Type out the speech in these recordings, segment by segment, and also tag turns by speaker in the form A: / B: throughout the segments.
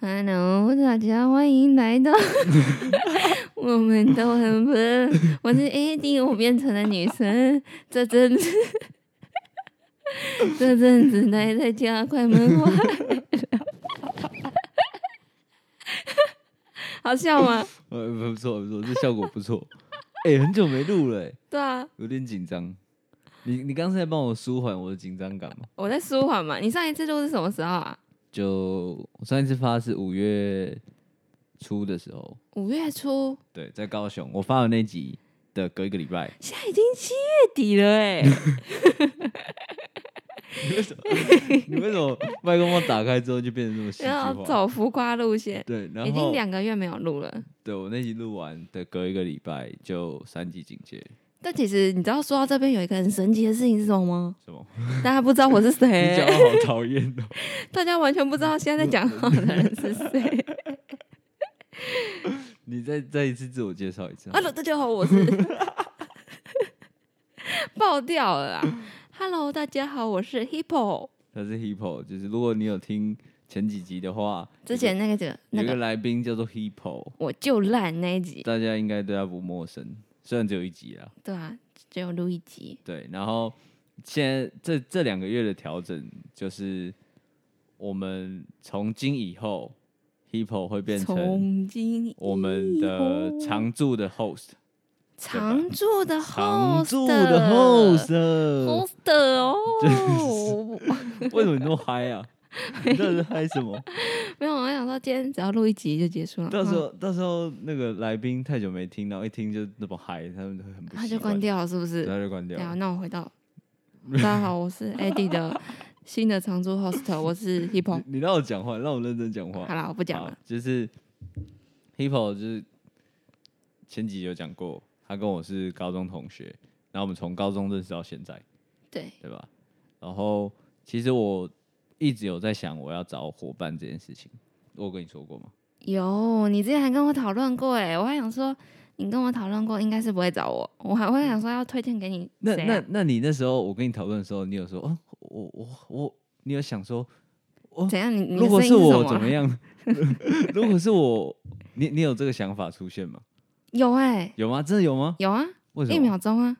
A: Hello，大家欢迎来 到我们都很笨。我是 AD，我变成了女生。这阵 子，这阵子待在家，快闷坏了。好笑吗？
B: 呃，不错不错，这效果不错。 哎、很久没录了、欸，
A: 对啊，
B: 有点紧张。你你刚才帮我舒缓我的紧张感嘛？
A: 我在舒缓嘛。你上一次录是什么时候啊？
B: 就我上一次发是五月初的时候，
A: 五月初，，
B: 对，在高雄，我发了那集的隔一个礼拜
A: 现在已经七月底了 哎、
B: 你为什么你为什么麦克风打开之后就变成这么戏
A: 然
B: 剧
A: 后
B: 化？
A: 走浮夸路线，
B: 对，然
A: 已经
B: 后
A: 两个月没有录了。
B: 对我那集录完的隔一个礼拜就三级警戒，
A: 但其实你知道，说到这边有一个很神奇的事情是什么吗？
B: 什么？
A: 大家不知道我是
B: 你
A: 谁，
B: 讲话好讨厌哦。
A: 大家完全不知道现在在讲话的人是谁。
B: 你再再一次自我介绍一次好吗。
A: Hello，大家好，我是爆掉了啦。Hello，大家好，我是 Hippo。
B: 他是 Hippo，就是如果你有听前几集的话，
A: 之前那个就
B: 有
A: 那
B: 一个
A: 个
B: 来宾叫做 Hippo，
A: 我就烂那一集，
B: 大家应该对他不陌生，虽然只有一集啦。
A: 对啊，只有录一集。
B: 对，然后现在这这两个月的调整，就是我们从今以后，Hippo 会变成
A: 从今
B: 我们的常驻的 host，
A: 常驻的 host，
B: 常驻的 host。
A: host 哦。
B: 为什么你那么嗨啊？你到底在嗨什么？
A: 没有，我想说今天只要录一集就结束了，
B: 到时候到时候那个来宾太久没听到，一听就那么嗨，他们会很不
A: 他
B: 习
A: 就关
B: 惯，
A: 掉了，是不是？
B: 他就关掉
A: 对啊，
B: 了。
A: 那我回到大家好，我 是 Eddie 的新的常驻 host，我是 Hippo。
B: 你你让我讲话，让我认真讲话。
A: 好啦，我不讲
B: 好
A: 了。，
B: 就是 Hippo 就是前几集有讲过，他跟我是高中同学，然后我们从高中认识到现在，
A: 对，
B: 对吧？然后其实我一直有在想我要找伙伴这件事情，我有跟你说过吗？
A: 有你之前还跟我讨论过，哎，我还想说你跟我讨论过，应该是不会找我，我还会想说要推荐给你
B: 那
A: 谁
B: 那
A: 啊？
B: 那你那时候我跟你讨论的时候，你有说，哦，我我我，你有想说，我
A: 怎啊样？你你的
B: 如果
A: 声音是
B: 我
A: 什
B: 怎么
A: 么？啊
B: 样？ 如果是我，你你有这个想法出现吗？
A: 有哎，
B: 有吗？真的有吗？
A: 有啊，
B: 为什么？
A: 一秒钟啊，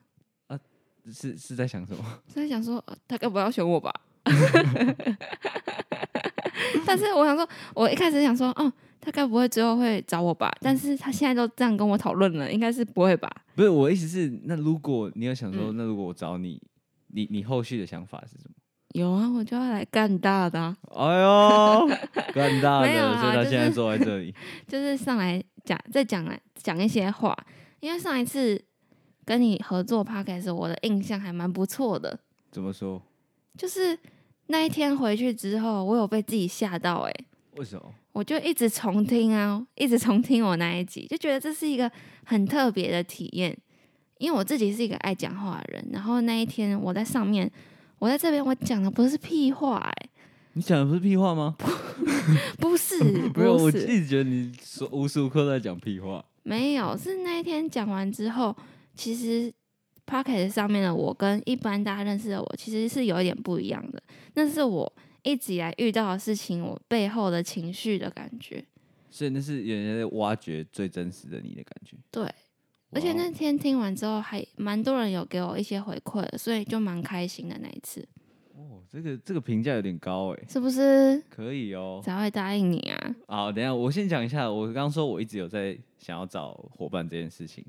B: 是是在想什么？
A: 所以想说呃他该不要选我吧？ 但是我想说，我一开始想说，哦，他该不会之后会找我吧？但是他现在都这样跟我讨论了，应该是不会吧？
B: 不是我的意思是，那如果你有想
A: 嗯
B: 说，那如果我找你，你你后续的想法是 什么？
A: 有啊，我就要来干大的啊、
B: 哎呦， 干大的，
A: 没有啊
B: 所以他现在
A: 就是
B: 坐在这里。
A: 就是上来讲，再讲来讲一些话。因为上一次跟你合作 p o d c a s 我的印象还蛮不错的。
B: 怎么说？
A: 就是那一天回去之后，我有被自己吓到、欸，
B: 为什么？
A: 我就一直重听啊，一直重听我那一集，就觉得这是一个很特别的体验。因为我自己是一个爱讲话的人，然后那一天我在上面，我在这边我讲的不是屁话、欸，
B: 你讲的不是屁话吗？
A: 不是，
B: 没有，
A: 不
B: 我
A: 是，
B: 一直觉得你说无时无刻都在讲屁话。
A: 没有，是那一天讲完之后，其实 p o c k e t 上面的我跟一般大家认识的我其实是有一点不一样的。那是我一直以来遇到的事情，我背后的情绪的感觉。
B: 所以那是有人在挖掘最真实的你的感觉。
A: 对
B: 哇哦，
A: 而且那天听完之后，还蛮多人有给我一些回馈的，所以就蛮开心的那一次，
B: 哦，这个这个评价有点高哎，
A: 是不是？
B: 可以哦。
A: 才会答应你啊！
B: 好，等一下我先讲一下，我刚刚说我一直有在想要找伙伴这件事情。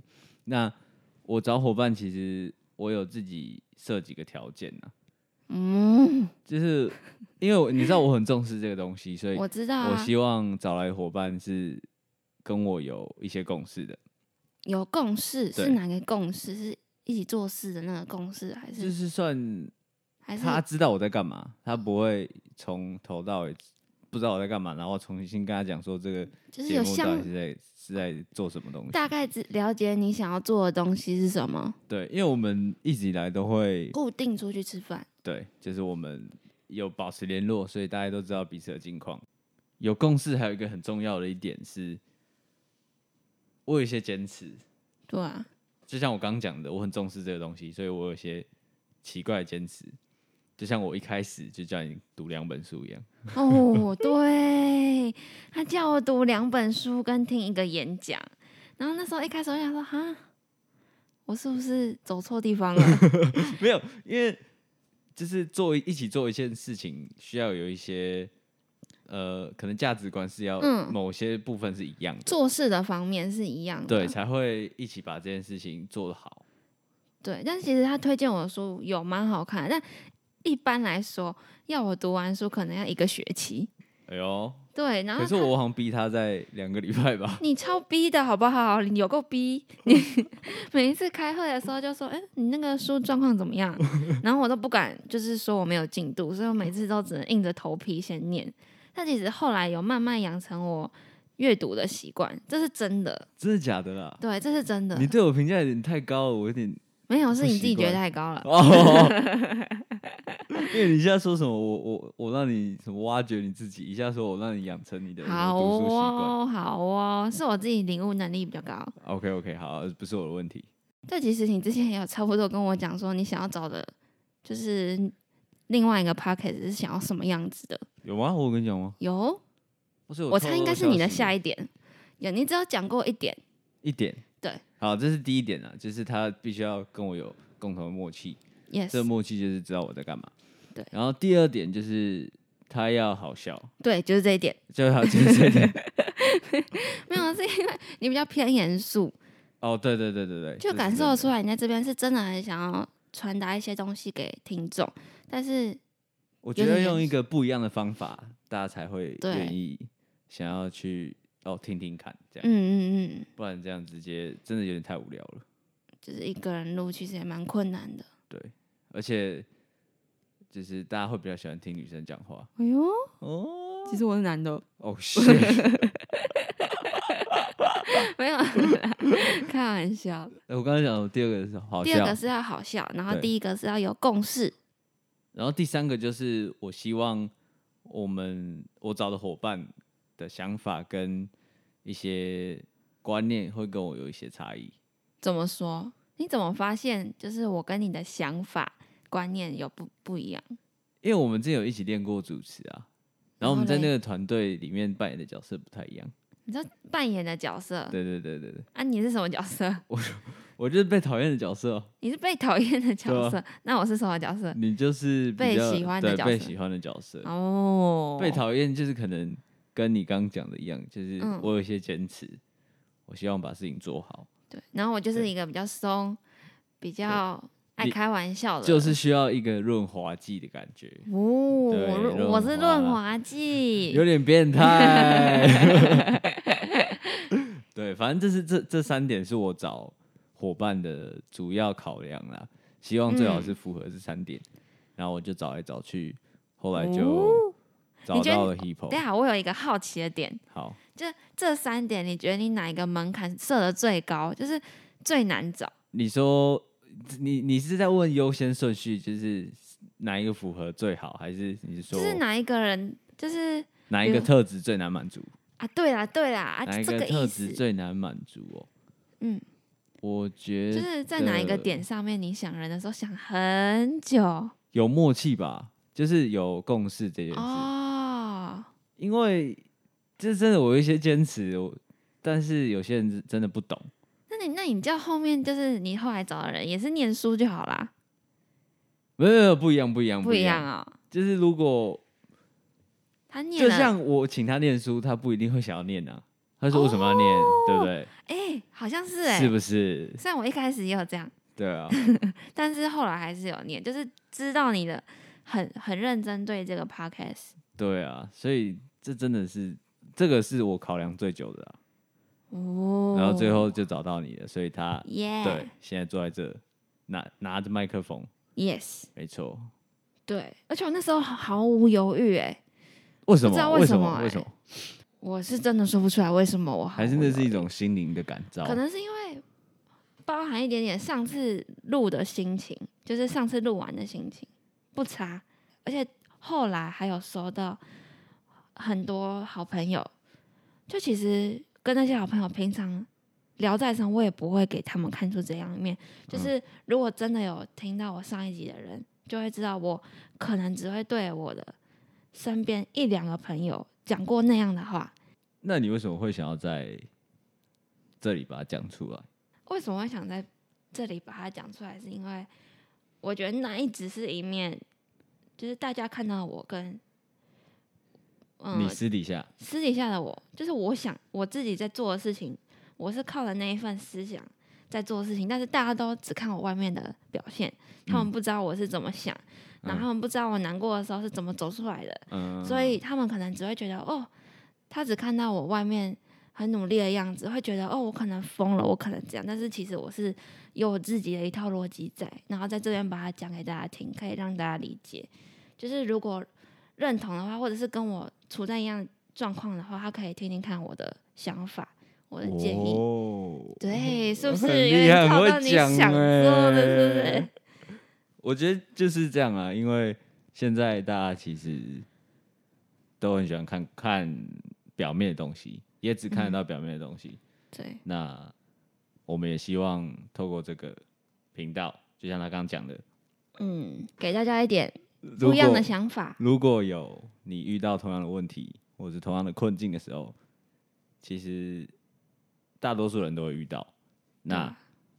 B: 那我找伙伴，其实我有自己设几个条件啊，
A: 嗯，
B: 就是因为我你知道我很重视这个东西，所以
A: 我知道
B: 我
A: 啊，
B: 希望找来伙伴是跟我有一些共识的，
A: 有共识是
B: 对
A: 哪个共识？是一起做事的那个共识，还
B: 就是是算
A: 还是
B: 他知道我在干嘛，他不会从头到尾不知道我在干嘛，然后重新跟他讲说这个
A: 就是
B: 节
A: 有
B: 目到
A: 相
B: 底是在是在做什么东西。
A: 大概只了解你想要做的东西是什么，
B: 对，因为我们一直以来都会
A: 固定出去吃饭。
B: 对，就是我们有保持联络，所以大家都知道彼此的近况。有共识，还有一个很重要的一点是，我有一些坚持，
A: 对啊，
B: 就像我刚讲的，我很重视这个东西，所以我有一些奇怪的坚持，就像我一开始就叫你读两本书一样。
A: 哦，对，他叫我读两本书跟听一个演讲，然后那时候一开始我就想说，哈，我是不是走错地方了？
B: 没有，因为就是做一起做一件事情，需要有一些呃，可能价值观是要
A: 嗯
B: 某些部分是一样的，
A: 做事的方面是一样的，
B: 对，才会一起把这件事情做得好。
A: 对，但是其实他推荐我的书有蛮好看的，但一般来说，要我读完书可能要一个学期。
B: 哎呦，
A: 对，然后
B: 可是
A: 啊他，
B: 我好像逼他在两个礼拜吧
A: 你超逼的好不好？你有够逼！ 你每一次开会的时候就说：“哎、你那个书状况怎么样？” 然后我都不敢，就是说我没有进度，所以我每次都只能硬着头皮先念。但其实后来有慢慢养成我阅读的习惯，这是真的，
B: 真的假的啦？
A: 对，这是真的
B: 你。对我评价有点太高了，我有点
A: 没有，是
B: 不
A: 你
B: 习
A: 自己觉得
B: 惯
A: 太高了。
B: 哦。因为你现在说什么，我我我让你什么挖掘你自己，一下说我让你养成你的读
A: 好
B: 书习惯。
A: 哦，好哦，是我自己领悟能力比较高。
B: OK OK，好，不是我的问题。
A: 这其实你之前也有差不多跟我讲说，你想要找的，就是另外一个 p o c k e t 是想要什么样子的。
B: 有吗？我有跟你讲吗？
A: 有，
B: 不是我
A: 我猜应该是你的下
B: 一
A: 一点。有，你只有讲过一点，
B: 一点。
A: 对，
B: 好，这是第一点啊，就是他必须要跟我有共同的默契，这个
A: yes，
B: 默契就是知道我在干嘛。
A: 对
B: 然后第二点就是他要好笑，
A: 对，就是这一点。
B: 就是他就是这一点
A: 没有，啊是 因为你比较偏严肃，
B: 哦，对对对对对，
A: 就
B: 这是
A: 感
B: 真
A: 受
B: 的
A: 出来你在这边是真的很想要传达一些东西给听众，但是
B: 我觉
A: 点
B: 得
A: 严
B: 用一
A: 肃
B: 个不一样的方法，大家才会
A: 对
B: 愿意想要去哦听听看，这
A: 嗯
B: 样，
A: 嗯嗯，
B: 不然这样直接真的有点太无聊了。
A: 就是一个人录其实也蛮困难的。
B: 对，而且就是大家会比较喜欢听女生讲话
A: 哎呦，
B: 哦
A: 其实我是男的，
B: 哦 shit
A: 没有，开玩笑。
B: 哎我刚才讲的第二个是好
A: 第二
B: 笑
A: 个，是要好笑，然后
B: 对
A: 第一个是要有共识。
B: 然后第三个就是我希望我们我找的伙伴的想法跟一些观念会跟我有一些差异。
A: 怎么说？你怎么发现就是我跟你的想法观念有不不一样？
B: 因为我们之前有一起练过主持啊，
A: 然
B: 然后
A: 后
B: 我们在
A: 嘞
B: 那个团队里面扮演的角色不太一样。
A: 你知道扮演的角色
B: 对对对对对，
A: 啊？你是什么角色？
B: 我就是被讨厌的角色哦，
A: 你是被讨厌的
B: 啊
A: 角色，那我是什么角色？
B: 你就是比
A: 被
B: 较
A: 喜欢的
B: 对
A: 角
B: 被
A: 色
B: 喜欢的角色。
A: 哦，
B: 被讨厌就是可能跟你刚讲的一样，就是
A: 嗯
B: 我有一些坚持，我希望把事情做好，
A: 对，然后我就是
B: 对
A: 一个比较松、比较爱
B: 你
A: 开玩笑的人，
B: 就是需要一个润滑剂的感觉，
A: 哦，我
B: 对
A: 润
B: 润
A: 我是
B: 滑啦
A: 润滑
B: 有
A: 剂，
B: 点变态。 对，反正这是这这三点是我找伙伴的主要考量啦，希望最好
A: 嗯
B: 是符合这三点。然后我就找来找去，后来就
A: 哦
B: 找
A: 觉得
B: 到了
A: 等
B: Hippo。
A: 一下我有一个好奇的点，
B: 好，
A: 就是这三点，你觉得你哪一个门槛设的最高，就是最难找？
B: 你说你你是在问优先顺序，就是哪一个符合最好，还是你是
A: 就
B: 说
A: 是哪一个人，就是
B: 哪一
A: 比
B: 个
A: 如
B: 特质最难满足？
A: 啊，对啦，对啦，啊，
B: 哪一
A: 这
B: 个
A: 个
B: 特
A: 意
B: 质
A: 思，
B: 最难满足哦？
A: 嗯，
B: 我觉
A: 就
B: 得
A: 是在哪一个点上面，你想人的时候想很久
B: 有默契吧，就是有共识这件事。
A: 哦，
B: 因为这真的我有一些坚持，我但是有些人真真的不懂。
A: 那你那你叫后面就是你后来找的人也是念书就好啦，
B: 没有没有不一样，不一样，
A: 不
B: 一
A: 一样啊、哦。
B: 就是如果
A: 他念啊
B: 就
A: 了，
B: 像我请他念书，他不一定会想要念啊。他说为什么要念，对不对？
A: 哎、好像是哎、
B: 是不是？
A: 虽然我一开始也有这样，
B: 对啊，
A: 但是后来还是有念，就是知道你的很很认真对这个 podcast。
B: 对啊，所以这真的是这个是我考量最久的、啊，
A: 哦，
B: 然后最后就找到你了，所以他、对
A: 耶、
B: 现在坐在这拿拿着麦克风，
A: yes，
B: 没错。
A: 对，而且我那时候毫无犹豫、欸，
B: 为什
A: 不知道
B: 么？
A: 为
B: 为
A: 什
B: 什
A: 么
B: 么？为
A: 欸
B: 什么？
A: 我是真的说不出来为什么我毫
B: 还是
A: 无
B: 那
A: 犹
B: 是一
A: 豫
B: 种心灵的感召？
A: 可能是因为包含一点点上次录的心情，就是上次录完的心情不差，而且后来还有收到很多好朋友，就其实跟那些好朋友平常聊再深，我也不会给他们看出这样一面。就是如果真的有听到我上一集的人，就会知道我可能只会对我的身边一两个朋友讲过那样的话。
B: 那你为什么会想要在这里把它讲出来？
A: 为什么会想在这里把它讲出来？是因为我觉得那一直是一面，就是大家看到我跟
B: 你
A: 嗯
B: 私底下
A: 私底下的我，就是我想我自己在做的事情，我是靠着那一份思想在做事情，但是大家都只看我外面的表现，他们不知道我是怎么想，然后他们不知道我难过的时候是怎么走出来的，
B: 嗯，
A: 所以他们可能只会觉得哦，他只看到我外面很努力的样子，会觉得哦，我可能疯了，我可能这样，但是其实我是有我自己的一套逻辑在，然后在这边把它讲给大家听，可以让大家理解。就是如果认同的话，或者是跟我处在一样状况的话，他可以听听看我的想法，我的建议。
B: 哦
A: 对，是不是
B: 很
A: 有
B: 厉害
A: 点
B: 很
A: 套
B: 会
A: 到你
B: 讲
A: 想说的，是不
B: 欸
A: 是？
B: 我觉得就是这样啊，因为现在大家其实都很喜欢看看表面的东西，也只看得
A: 嗯
B: 到表面的东西。
A: 对，
B: 那我们也希望透过这个频道，就像他刚刚讲的，
A: 嗯，给大家一点
B: 如
A: 不一样
B: 果
A: 的想法。
B: 如果有你遇到同样的问题或者是同样的困境的时候，其实大多数人都会遇到。
A: 对
B: 那
A: 啊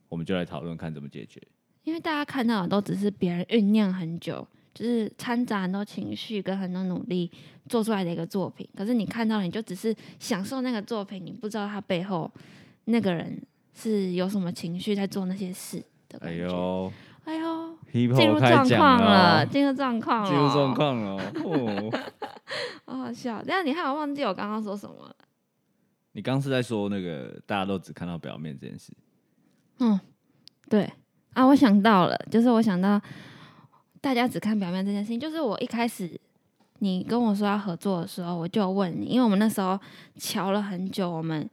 B: 我们就来讨论看怎么解决。
A: 因为大家看到的都只是别人酝酿很久，就是掺杂很多情绪跟很多努力做出来的一个作品。可是你看到，你就只是享受那个作品，你不知道他背后那个人是有什么情绪在做那些事的
B: 哎
A: 感觉。
B: 呦
A: 哎呦，进
B: ，Hippo
A: 入
B: 开
A: 状
B: 讲
A: 况
B: 了
A: 了，，进入状况了，
B: 进入状，况了哦。哦
A: 好好笑。但你还有忘记我刚刚说什么了？
B: 你刚是在说那个大家都只看到表面这件事，
A: 对啊，我想到了，就是我想到大家只看表面这件事情，就是我一开始你跟我说要合作的时候，我就有问你，因为我们那时候瞧了很久，我们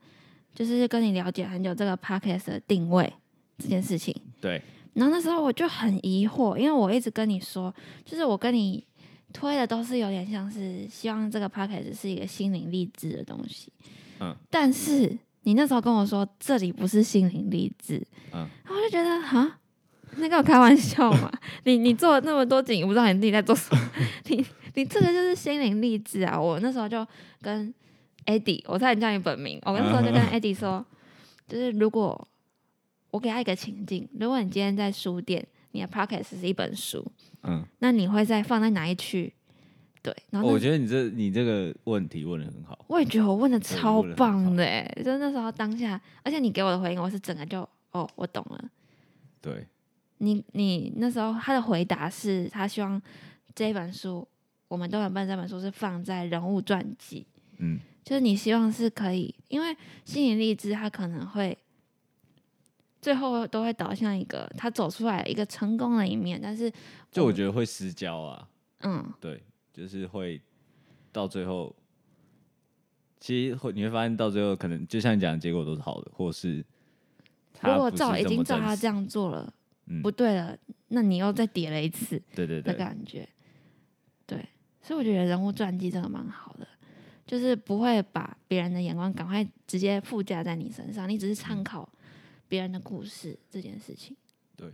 A: 就是跟你了解很久这个 podcast 的定位这件事情，
B: 对，
A: 然后那时候我就很疑惑，因为我一直跟你说，就是我跟你推的都是有点像是希望这个 p a c k a g e 是一个心灵励志的东西，
B: 嗯，
A: 但是你那时候跟我说这里不是心灵励志，
B: 嗯，
A: 然后我就觉得哈，你在跟我开玩笑嘛？ 你你做了那么多景，不知道你自己在做什么， 你你这个就是心灵励志啊！我那时候就跟 Eddie，我差点叫你本名，我那时候
B: 啊
A: 就跟 Eddie 说，就是如果我给他一个情境，如果你今天在书店，你的 Pocket 是一本书，
B: 嗯，
A: 那你会在放在哪一区？对，然
B: 哦
A: 后那
B: 我觉得你这你这个问题问的很好，
A: 我也觉得我问的
B: 对
A: 超
B: 问得很
A: 棒的、欸，就是那时候当下，而且你给我的回应，我是整个就哦，我懂了。
B: 对，
A: 你你那时候他的回答是，他希望这本书，我们都很办这本书是放在人物传记，
B: 嗯，
A: 就是你希望是可以，因为心理励志它可能会最后都会导向一个他走出来一个成功的一面，但是
B: 就我
A: 们
B: 觉得会失焦啊，
A: 嗯
B: 对，就是会到最后，其实会你会发现到最后，可能就像你讲，的结果都是好的，或是他
A: 如果
B: 不是
A: 照已
B: 这
A: 经
B: 么
A: 照
B: 真
A: 他
B: 实
A: 这，样做了，
B: 嗯
A: 不对了，那你又再叠了一次
B: 对对
A: 的
B: 对，
A: 感觉。对，所以我觉得人物传记真的蛮好的，就是不会把别人的眼光赶快直接附加在你身上，你只是
B: 嗯
A: 参考别人的故事这件事情。
B: 对，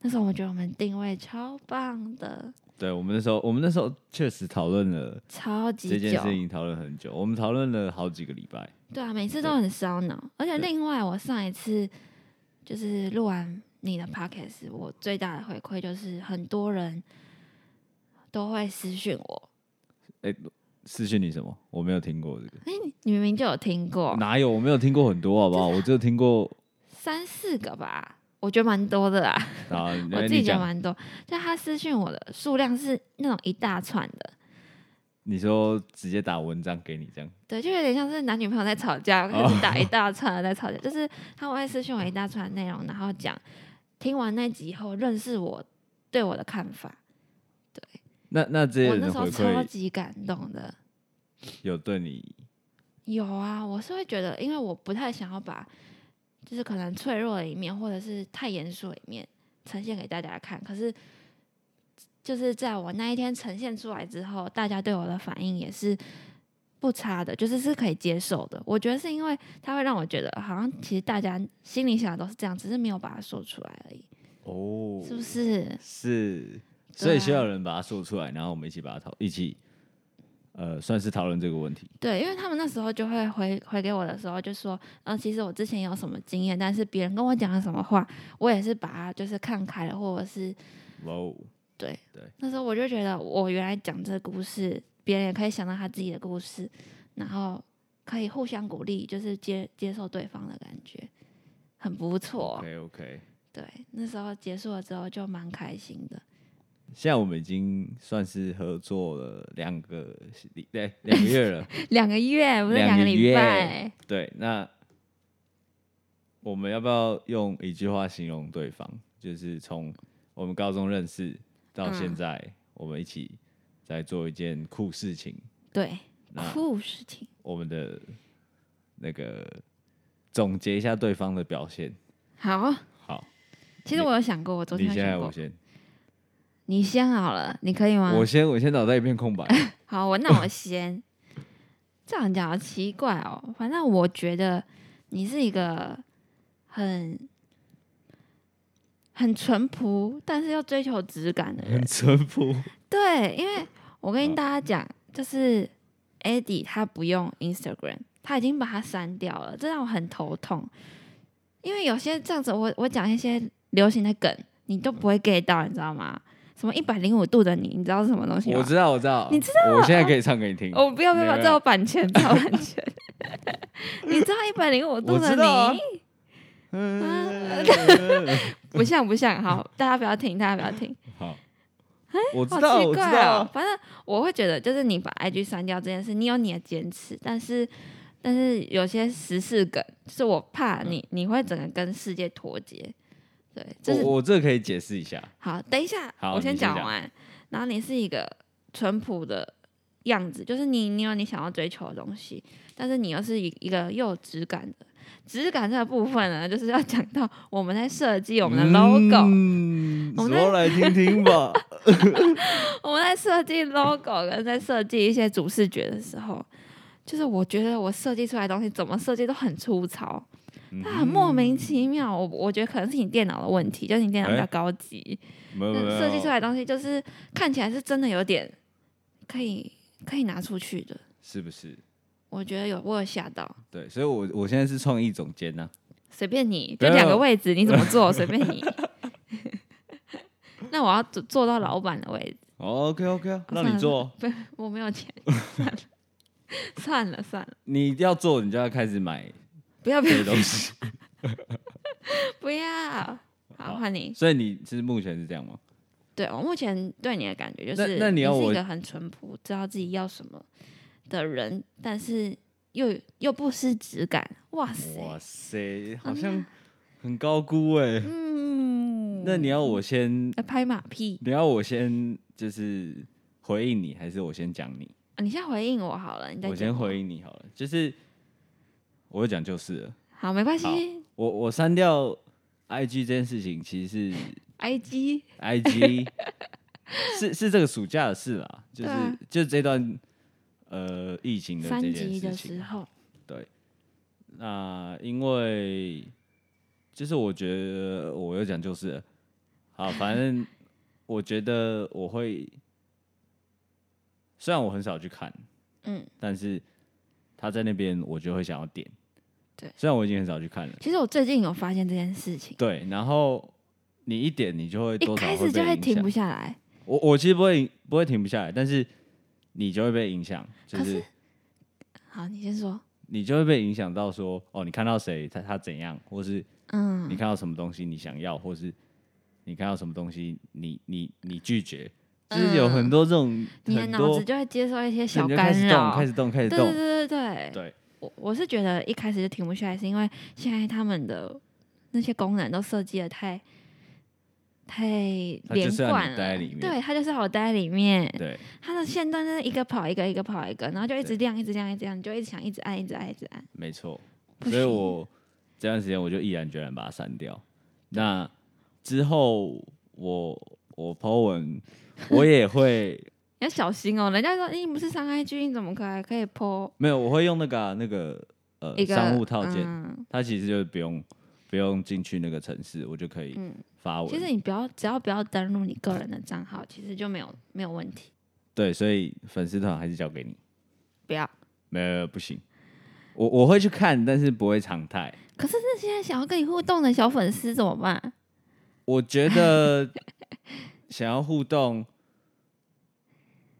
A: 那时候我觉得我们定位超棒的，
B: 对我们那时候，我们那时候确实讨论了
A: 超级
B: 这件
A: 久
B: 事。情，讨论很久，我们讨论了好几个礼拜，
A: 对啊，每次都很烧脑。而且
B: 对
A: 另外，我上一次就是录完你的 podcast，我最大的回馈就是很多人都会私讯我，
B: 私讯你什么？我没有听过这个，
A: 哎、你明明就有听过，
B: 哪有？我没有听过很多，好不 好？我只有听过
A: 三四个吧，我觉得蛮多的啦，
B: 啊，
A: 我
B: 来
A: 自
B: 你
A: 己觉得
B: 讲，
A: 蛮多。就他私讯我的数量是那种一大串的，
B: 你说直接打文章给你这样，
A: 对，就有点像是男女朋友在吵架，开始
B: 哦
A: 打一大串的在吵架，就是他们会私讯我一大串的内容，然后讲听完那集后认识我对我的看法，
B: 那那这些
A: 我
B: 人
A: 那
B: 的
A: 时
B: 回
A: 候超
B: 馈
A: 级感动的。
B: 有对你，
A: 有啊，我是会觉得，因为我不太想要把就是可能脆弱的一面，或者是太严肃的一面呈现给大家看。可是，就是在我那一天呈现出来之后，大家对我的反应也是不差的，就是是可以接受的。我觉得是因为它会让我觉得，好像其实大家心里想的都是这样，只是没有把它说出来而已，
B: 哦，
A: 是不是？
B: 是，
A: 对
B: 所以
A: 啊
B: 需要有人把它说出来，然后我们一起把它讨，一起，呃，算是讨论这个问题。
A: 对，因为他们那时候就会回回给我的时候就说，嗯、其实我之前有什么经验，但是别人跟我讲了什么话，我也是把它就是看开了，或者是
B: 哇哦，
A: 对
B: 对
A: 那时候我就觉得，我原来讲这个故事，别人也可以想到他自己的故事，然后可以互相鼓励，就是接接受对方的感觉，很不错。
B: ，OK OK，
A: 对，那时候结束了之后就蛮开心的。
B: 现在我们已经算是合作了两个礼，对，两个月了。
A: 两个月，不是
B: 两
A: 两
B: 个
A: 个礼
B: 月
A: 拜，
B: 对，那我们要不要用一句话形容对方？就是从我们高中认识到现
A: 嗯
B: 在，我们一起在做一件酷事情。
A: 对，
B: 那
A: 酷事情。
B: 我们的那个总结一下对方的表现。
A: 好，
B: 好，
A: 其实我有想过，我昨
B: 你
A: 天有
B: 先还是
A: 想
B: 我
A: 过，
B: 先？
A: 你先好了，你可以吗？
B: 我先，我先脑袋一片空 白。
A: 好，我那我先。 这样讲好奇怪哦，反正我觉得你是一个很很淳朴，但是又追求质感的人
B: 很。哦淳 朴。
A: 对，因为我
B: 好
A: 跟大家讲，就是 Eddie 他不用 Instagram，他已经把它删掉了，这让我很头痛。因为有些这样子我，我讲一些流行的梗，你都不会 get 到，你知道吗？什么一百零五度的你，你知道是什么东西吗？
B: 我知道，我知道，
A: 你
B: 知道，我现在可以唱给你听。
A: 哦我不要不要
B: 没有
A: 不要，这有版 权，这有版权。 你知道一百零五度
B: 我
A: 的
B: 知道啊
A: 你
B: 嗯
A: 不像不像，好， 大家不要听，大家不要听，
B: 好，我知
A: 啊好
B: 道，
A: 奇
B: 我知
A: 怪哦
B: 道。。
A: 反正我会觉得，就是你把 IG 删掉这件事，你有你的坚持，但是但是有些时事梗，就是我怕你你会整个跟世界脱节。对，就是
B: 嗯我我这可以解释一下。
A: 好，等一下，
B: 好
A: 我
B: 你
A: 先
B: 先
A: 讲
B: 讲
A: 完。然后你是一个淳朴的样子，就是你你有你想要追求的东西，但是你又是一一个又有质感的。质感这个部分呢，就是要讲到我们在设计我们的 logo，、
B: 嗯
A: 我们
B: 说来听听 吧。
A: 我们在设计 logo 跟在设计一些主视觉的时候，就是我觉得我设计出来的东西怎么设计都很粗糙，它很莫名其妙。我我觉得可能是你电脑的问题，就是你电脑比较
B: 嗯哎
A: 高级。
B: 没有没有没有
A: 设计出来的东西，就是看起来是真的有点可以可以拿出去的。
B: 是不是？
A: 我觉得有我有吓到，
B: 对，所以我我现在是创意总监呢。
A: 随便你，
B: 没
A: 就
B: 有
A: 两个位置，你怎么做随便你。 那我要做做到老板的位置，
B: OK OK，让
A: 算
B: 啊你
A: 了
B: 做，
A: 我没有钱，算了算了算了，
B: 你要做，你就要开始买
A: 不要不
B: 这些
A: 要
B: 东西。
A: 不要，
B: 好
A: 好换你。
B: 所以你是目前是这样吗？
A: 对我目前对你的感觉就是，
B: 那那你要
A: 是
B: 我
A: 一个很淳朴，知道自己要什么的人，但是又又不失质感，哇塞，
B: 哇塞，好像很高估哎、
A: 嗯，
B: 那你要我先，
A: 来拍马屁、
B: 你要我先就是回应你，还是我先讲你？
A: 啊你先回应我好了，你再
B: 我先
A: 讲
B: 回应你好了，就是我有讲就是了。
A: 好，没关系。
B: 我我删掉 IG 这件事情，其实是
A: IG
B: IG 是是这个暑假的事啦，就是、
A: 对啊
B: 就这段呃疫情的
A: 三
B: 这件
A: 级
B: 事
A: 的
B: 情啊
A: 时。候，
B: 那因为就是我觉得我有讲就是了，好，反正我觉得我会，虽然我很少去看，
A: 嗯，
B: 但是他在那边我就会想要点，
A: 对
B: 虽然我已经很少去看了，
A: 其实我最近有发现这件事情，
B: 对，然后你一点你就会
A: 一
B: 多少
A: 开
B: 会
A: 始
B: 被
A: 就会
B: 影
A: 停不
B: 响，
A: 下来。
B: 我我其实不会不会停不下来，但是你就会被影响，就
A: 可
B: 是
A: 是好，你先说。
B: 你就会被影响到说，哦，你看到谁他他怎样，或是你
A: 嗯，
B: 看到什么东西你想要，或是你看到什么东西你你你拒绝，就是有很多这种
A: 嗯你的
B: 很
A: 脑
B: 多
A: 子就会接受一些
B: 对
A: 小
B: 你就
A: 干
B: 开始动，
A: 扰
B: 开。始动，开始
A: 对
B: 动
A: 对，对对对
B: 对
A: 我我是觉得一开始就停不下来，是因为现在他们的那些功能都设计的太太
B: 它
A: 连
B: 就是要你
A: 贯了，
B: 待在里面
A: 对，他就是要我待在里面。
B: 对
A: 它的线段就是一个跑一个，一个跑一个，然后就一
B: 对
A: 直亮，一直亮，一直亮，你就一直想，一直按，一直按，一直按。
B: 没错。
A: 不
B: 所以
A: 行
B: 我这段时间我就毅然决然把它删掉。那之后我我 po 文，我也会
A: 要小心哦。人家说你不是上 IG，你怎么可还可以 po
B: 没有，我会用那个啊、那个呃
A: 一个
B: 商务套件，
A: 嗯
B: 它其实就是不用不用进去那个城市，我就可以
A: 嗯
B: 发文。
A: 其实你不要，只要不要登录你个人的账号，其实就没有没有问题。
B: 对，所以粉丝团还是交给你，
A: 不要，
B: 没有没有不行，我我会去看，但是不会常态。
A: 可是那些想要跟你互动的小粉丝怎么办？
B: 我觉 得想要互动，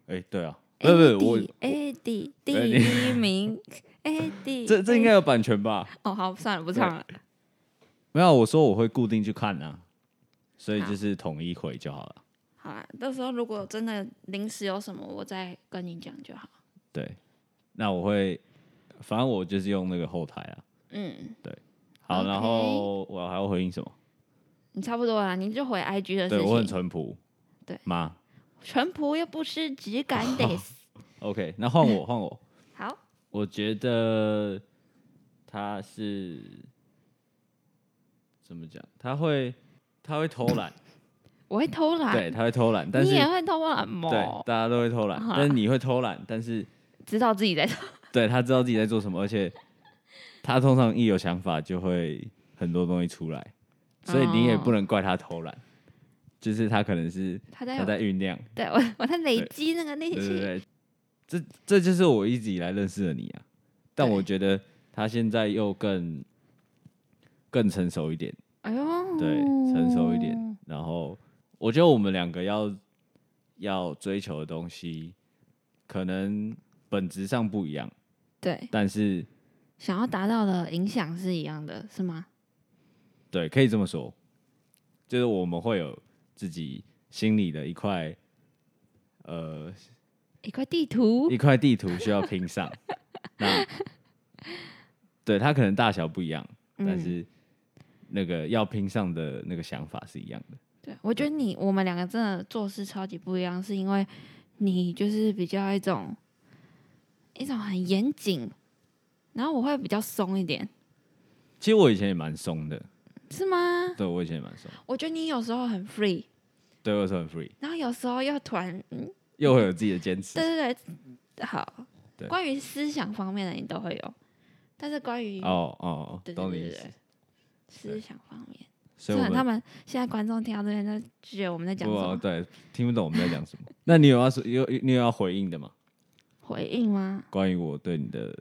B: 哎、对啊，不是不是
A: A D 第
B: 哎你
A: 一名 A D，
B: 我，哎这这应该有版权吧？
A: 哦好，算了不唱了。
B: 没有，我说我会固定去看啊，所以
A: 好
B: 就是统一回就好了。
A: 好啦，到时候如果真的临时有什么，我再跟你讲就好。
B: 对，那我会，反正我就是用那个后台啊。
A: 嗯，
B: 好
A: OK
B: 然后我还要回应什么？
A: 你差不多啦，你就回 I G 的事
B: 对我很
A: 情。
B: 淳朴，
A: 对
B: 妈
A: 淳朴又不失质 感得死。
B: ，OK，那 换我换我，
A: 好，
B: 我觉得他是怎么讲？他会他会偷懒，
A: 我会偷懒，
B: 对，他会偷懒，但
A: 嗯你
B: 是
A: 也会哦偷懒
B: 对
A: 吗，？
B: 大家都会偷懒，但是你会偷懒，但是
A: 知道自己在偷，
B: 对他知道自己在做什么，而且他通常一有想法就会很多东西出来，所以
A: 哦
B: 你也不能怪他偷懒，就是他可能是
A: 他在
B: 他在酝酿，
A: 对我我在累积那个 力
B: 对对
A: 气。
B: 对，这这就是我一直以来认识的你啊，但
A: 对
B: 我觉得他现在又更更成熟一点，
A: 哎呦，
B: 对，成熟一点，然后我觉得我们两个要要追求的东西，可能本质上不一样，
A: 对，
B: 但是
A: 想要达到的影响是一样的，是吗？
B: 对，可以这么说，就是我们会有自己心里的一块呃
A: 一块地图
B: 一，块地图需要 拼上，那对它可能大小不一样，但
A: 嗯
B: 是那个要拼上的那个想法是一样的，
A: 对我觉得你我们两个真的做事超级不一样，是因为你就是比较一种一种很严谨，然后我会比较松一点，
B: 其实我以前也蛮松的，
A: 是吗？
B: 对我以前也蛮松，
A: 我觉得你有时候很 free，
B: 对我是很 free。
A: 然后有时候又突然，嗯，
B: 又会有自己的坚持。
A: 对对对，好。
B: 对
A: 关于思想方面的你都会有，但是关于
B: 哦哦，哦
A: 对
B: 懂
A: 对
B: 你
A: 对
B: 意
A: 对
B: 思。
A: 思想方面。
B: 所
A: 虽
B: 以我
A: 然他
B: 们
A: 们现在观众听到这边就觉得我们在讲什
B: 我
A: 么
B: 对听不懂我们在讲什么。那你有要说有你有要回应的吗？
A: 回应吗？
B: 关于我对你的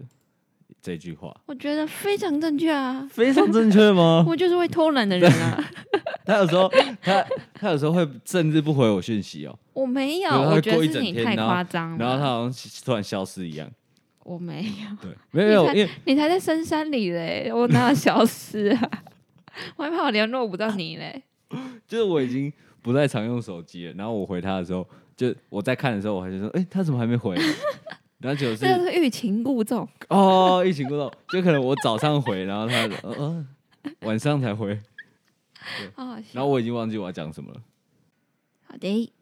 B: 这句话，
A: 我觉得非常正确啊，
B: 非常正确吗？
A: 我就是会偷懒的人啊，
B: 他有时候他他有时候会甚至不回我讯息哦，
A: 我没有，
B: 对他会
A: 我觉
B: 过
A: 得
B: 一
A: 是
B: 整
A: 你
B: 天
A: 太
B: 然后
A: 夸张了。
B: 然后他好像突然消失一样。
A: 我没有，
B: 对，没有
A: 你才
B: 没有，因为
A: 你才在深山里嘞，我哪有消失啊？ 我还怕我联络不到你 嘞。
B: 就是我已经不再常用手机了。然后我回他的时候，就我在看的时候，我还就说，哎、他怎么还 没回？然后结果是
A: 这就是欲擒故纵，
B: 哦，疫情过后，就可能我早上回，然后他呃呃晚上才回，
A: 好好笑
B: 然后我已经忘记我要讲什么了。
A: 好的，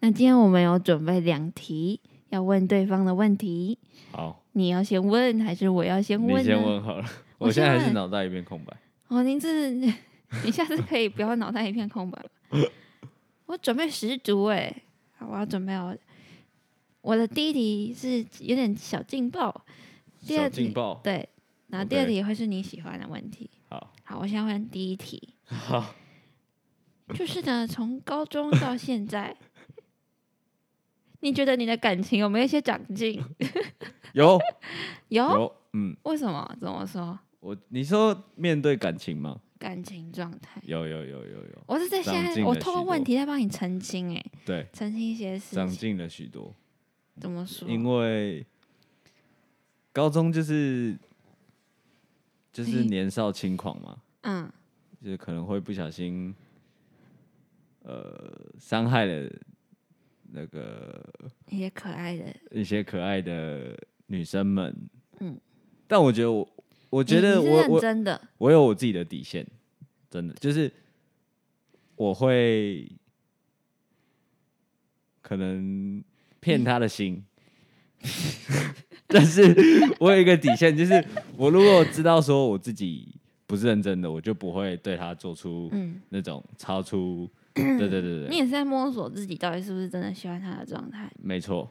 A: 那今天我们有准备两题要问对方的问题，
B: 好，
A: 你要先问还是我要先问呢？
B: 你先问好了，
A: 我
B: 我
A: 先
B: 现在还是
A: 问
B: 脑袋一片空白。
A: 哦，您这， 你下次可以不要脑袋一片空白吗我准备十足哎、好，我要准备哦。我的第一题是有点小劲爆，第
B: 小
A: 二
B: 劲
A: 题
B: 爆，
A: 对，然后第二
B: OK
A: 题会是你喜欢的问题。
B: 好，
A: 好，我先问第一题，
B: 好，
A: 就是呢，从高中到现在，你觉得你的感情有没有一些长进？哦
B: 有
A: 有，
B: 有，嗯，
A: 为什么？怎么说？
B: 我你说面对感情吗？
A: 感情状态？
B: 有有有有有，
A: 我是在现
B: 长
A: 在，
B: 进
A: 我
B: 了
A: 透
B: 许
A: 过问
B: 多
A: 题在帮你澄清、欸，
B: 对，
A: 澄清一些事
B: 长
A: 情。
B: 进了许多，
A: 怎么说？
B: 因为高中就是就是
A: 嘿
B: 年少轻狂嘛，
A: 嗯，
B: 就是可能会不小心，呃，伤害了那个
A: 一些可爱的，
B: 一些可爱的女生们。
A: 嗯
B: 嗯，但我觉得我，我
A: 我
B: 觉得我
A: 认
B: 我
A: 真的，
B: 我有我自己的底线，真的就是我会可能骗他的心， 但是我有一个底线，就是我如果知道说我自己不是认真的，我就不会对他做出
A: 嗯，
B: 那种超出对对对
A: 你
B: 对，
A: 也是在摸索自己到底是不是真的喜欢他的状态。
B: 没错。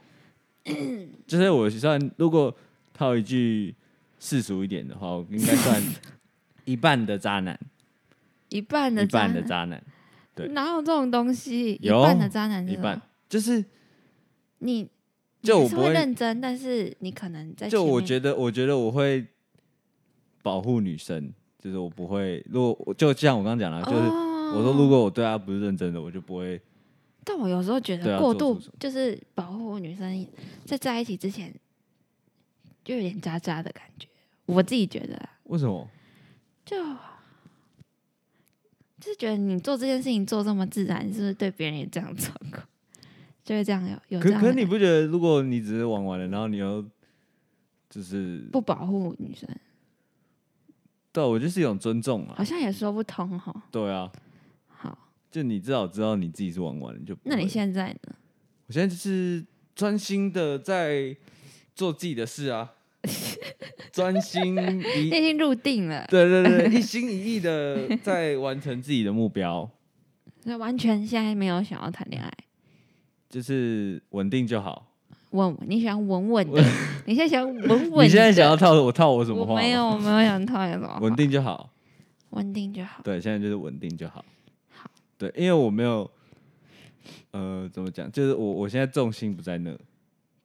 B: 就是我算，如果套一句世俗一点的话，我应该 算一半的渣男，
A: 一半的
B: 一半的
A: 男
B: 渣男，对
A: 哪有这种东西？一
B: 有
A: 半的渣男是
B: 一
A: 什么，
B: 半就是
A: 你
B: 就
A: 你
B: 我
A: 是
B: 不
A: 会
B: 会，
A: 认真，但是你可能在
B: 就
A: 前
B: 我
A: 面
B: 觉得，我觉得我会保护女生，就是我不会，如果我就像我刚刚讲了，就是
A: 哦
B: 我说如果我对她不是认真的，我就不会
A: 但我有时候觉
B: 对
A: 得
B: 啊
A: 过
B: 做
A: 度
B: 出什
A: 就是保护女生，在在一起之前就有点渣渣的感觉，我自己觉得啊
B: 为什么？
A: 就就是觉得你做这件事情做这么自然，你是不是对别人也这样做过？ 就会这样有有这
B: 可
A: 样
B: 可
A: 的
B: 是你
A: 感
B: 不觉得，如果你只是玩完了，然后你又就是
A: 不保护女生，
B: 对我就是一种尊重啊
A: 好，像也说不通哈。
B: 对啊，
A: 好，
B: 就你至少知道你自己是玩完了，就不
A: 那你
B: 会
A: 现在呢？
B: 我现在就是专心的在做自己的事 啊，专心一
A: 你已经入定了，
B: 对对 对，一心一意的在完成自己的目标，
A: 那完全现在没有想要谈恋爱。
B: 就是稳定就好。
A: 稳，你喜欢稳稳的，你现在想稳稳。
B: 你现在想要套我套我什么话
A: 我
B: 吗？
A: 没有，我没有想讨厌什么话。
B: 稳定就好。
A: 稳定就好。
B: 对，现在就是稳定就好。
A: 好，
B: 对，因为我没有，呃，怎么讲？就是我我现在重心不在那。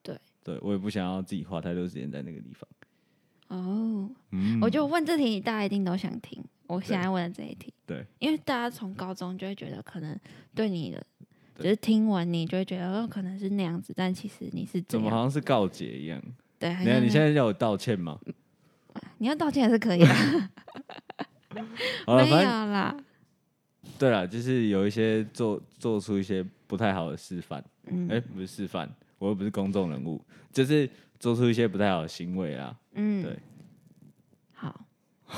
A: 对，
B: 对我也不想要自己花太多时间在那个地方。
A: 哦，
B: 嗯，
A: 我就问这题，大家一定都想听。我
B: 对
A: 现在问的这一题，
B: 对，
A: 因为大家从高中就会觉得可能对你的，
B: 对
A: 就是听完你就会觉得哦，可能是那样子，但其实你是
B: 怎么好
A: 样？哎
B: 像是告解一样？
A: 对，
B: 你看你现
A: 在
B: 在要我道歉吗？
A: 你要道歉还是可以的，
B: 好了，
A: 没有
B: 反正
A: 啦。
B: 对了，就是有一些做做出一些不太好的示范。
A: 嗯、
B: 哎、不是示范，我又不是公众人物，就是做出一些不太好的行为啊。
A: 嗯，
B: 对，
A: 好，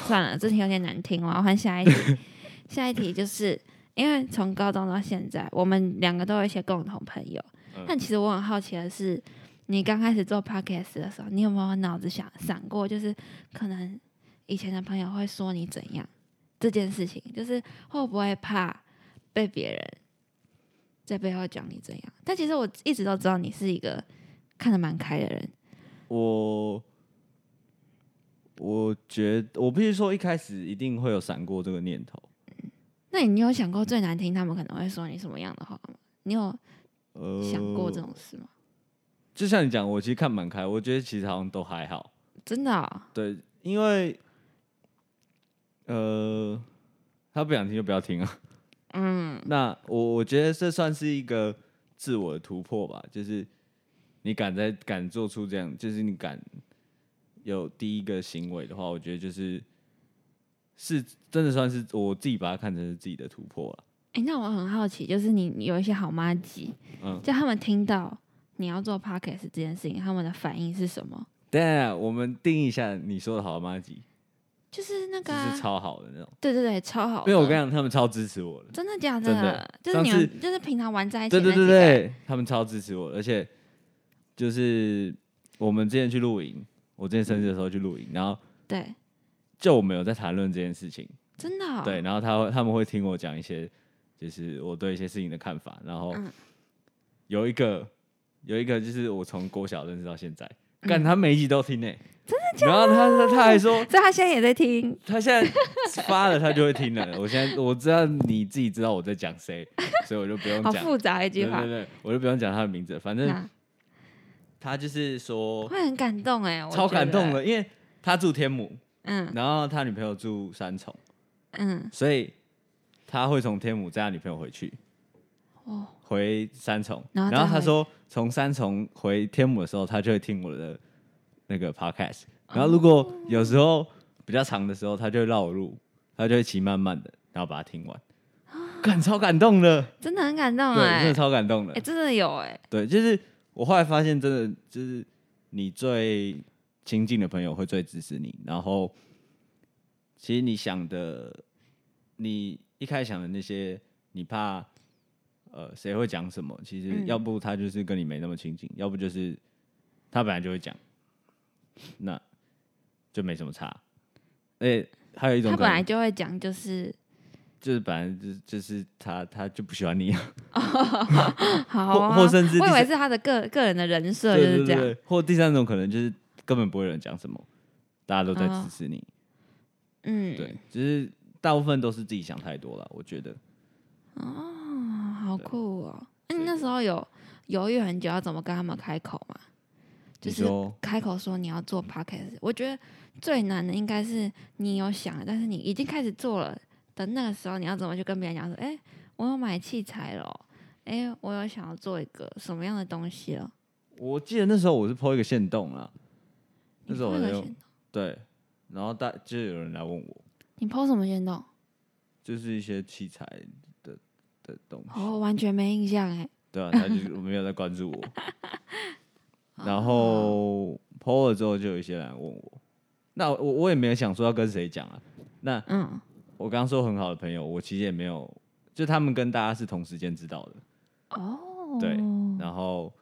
A: 算了，这题有点难听，我要换下一题。 下一题就是因为从高中到现在，我们两个都有一些共同朋友，
B: 嗯
A: 但其实我很好奇的是，你刚开始做 podcast 的时候，你有没有脑子想闪过，就是可能以前的朋友会说你怎样这件事情，就是会不会怕被别人在背后讲你怎样？但其实我一直都知道你是一个看得蛮开的人，
B: 我我觉得我必须说，一开始一定会有闪过这个念头。
A: 那你有想过最难听他们可能会说你什么样的话吗？你有
B: 呃，
A: 想过这，种事吗？
B: 就像你讲，我其实看蛮开，我觉得其实好像都还好。
A: 真的哦、
B: 对，因为呃，他不想听就不要听啊。
A: 嗯，
B: 那我我觉得这算是一个自我的突破吧，就是你敢在敢做出这样，就是你敢有第一个行为的话，我觉得就是是真的算是我自己把它看成是自己的突破了。
A: 哎、那我很好奇，就是你你有一些好妈鸡，
B: 嗯，
A: 就他们听到你要做 podcast 这件事情，他们的反应是什么？
B: 当然我们定义一下你说的好妈吉，
A: 就是那个、
B: 就
A: 啊，
B: 是超好的那种，
A: 对对对，超好
B: 因为我跟
A: 的
B: 你讲，他们超支持我的，
A: 真的假的？
B: 真的
A: 就是你
B: 上
A: 们就是平常玩在一起
B: 对
A: 的那
B: 对
A: 几个，
B: 对对，他们超支持我的，而且就是我们之前去露营，我之前生日的时候去露营，然后
A: 对
B: 就我们有在谈论这件事情。
A: 真的、哦，
B: 对，然后他会他们会听我讲一些，就是我对一些事情的看法。然后
A: 嗯
B: 有一个有一个就是我从国小认识到现在，
A: 嗯
B: 干、他每一集都听呢、真的然后他他他还说
A: 所以他现在也在听，
B: 他现在发了他就会听了。我现在我知道你自己知道我在讲谁，所以我就不用
A: 好
B: 讲。
A: 复杂一
B: 对
A: 句话
B: 对，对，我就不用讲他的名字，反正
A: 啊
B: 他就是说
A: 会很感动哎、我
B: 超感动
A: 觉得，
B: 的，因为他住天母，
A: 嗯
B: 然后他女朋友住三重，
A: 嗯，
B: 所以他会从天母载他女朋友回去，
A: 哦
B: 回三重。
A: 然后再
B: 他
A: 回
B: 说，从三重回天母的时候，他就会听我的那个 podcast。然
A: 哦
B: 后如果有时候比较长的时候，他就会绕路，他就会骑慢慢的，然后把它听完。感超感动的，
A: 真的很感动
B: 对，
A: 哎、
B: 真的超感动
A: 哎、
B: 的。
A: 真的有哎、
B: 对，就是我后来发现，真的就是你最亲近的朋友会最支持你，然后其实你想的，你一开始想的那些，你怕呃谁会讲什么，其实
A: 嗯
B: 要不他就是跟你没那么亲近，要不就是他本来就会讲，那就没什么差。哎，还有一种
A: 他
B: 可
A: 本
B: 能
A: 来就会讲，就是
B: 就是本来就是就是他他就不喜欢你啊，
A: 好
B: 或
A: 啊，
B: 或甚至
A: 我
B: 第
A: 以为
B: 三
A: 是他的个个人的人设就
B: 对
A: 是
B: 对
A: 这样，
B: 对，或第三种可能就是根本不会有人讲什么，大家都在
A: 哦
B: 支持你，
A: 嗯，
B: 对，只是大部分都是自己想太多了，我觉得。
A: 哦，好
B: 对
A: 酷哦！那、
B: 所
A: 你
B: 以
A: 那时候有犹豫很久要怎么跟他们开口吗？就
B: 你
A: 是
B: 说
A: 开口说你要做 podcast，我觉得最难的应该是你有想了，但是你已经开始做了的那个时候，你要怎么去跟别人讲说，哎、我有买器材了哦，哎、我有想要做一个什么样的东西了？
B: 我记得那时候我是 PO 一个线动啊，那
A: 你
B: 时候
A: po
B: 我
A: 一
B: 在
A: 个
B: 用
A: 行动
B: 对，然后大就有人来问我，
A: 你 PO 什么行动？
B: 就是一些器材的的东西，
A: 哦，完全没印象哎。
B: 对啊，他就是 没有在关注我，然
A: 哦
B: 后 PO 了之后就有一些人来问我，那我我也没有想说要跟谁讲啊，那
A: 嗯，
B: 我刚刚说很好的朋友，我其实也没有，就他们跟大家是同时间知道的，
A: 哦，
B: 对然后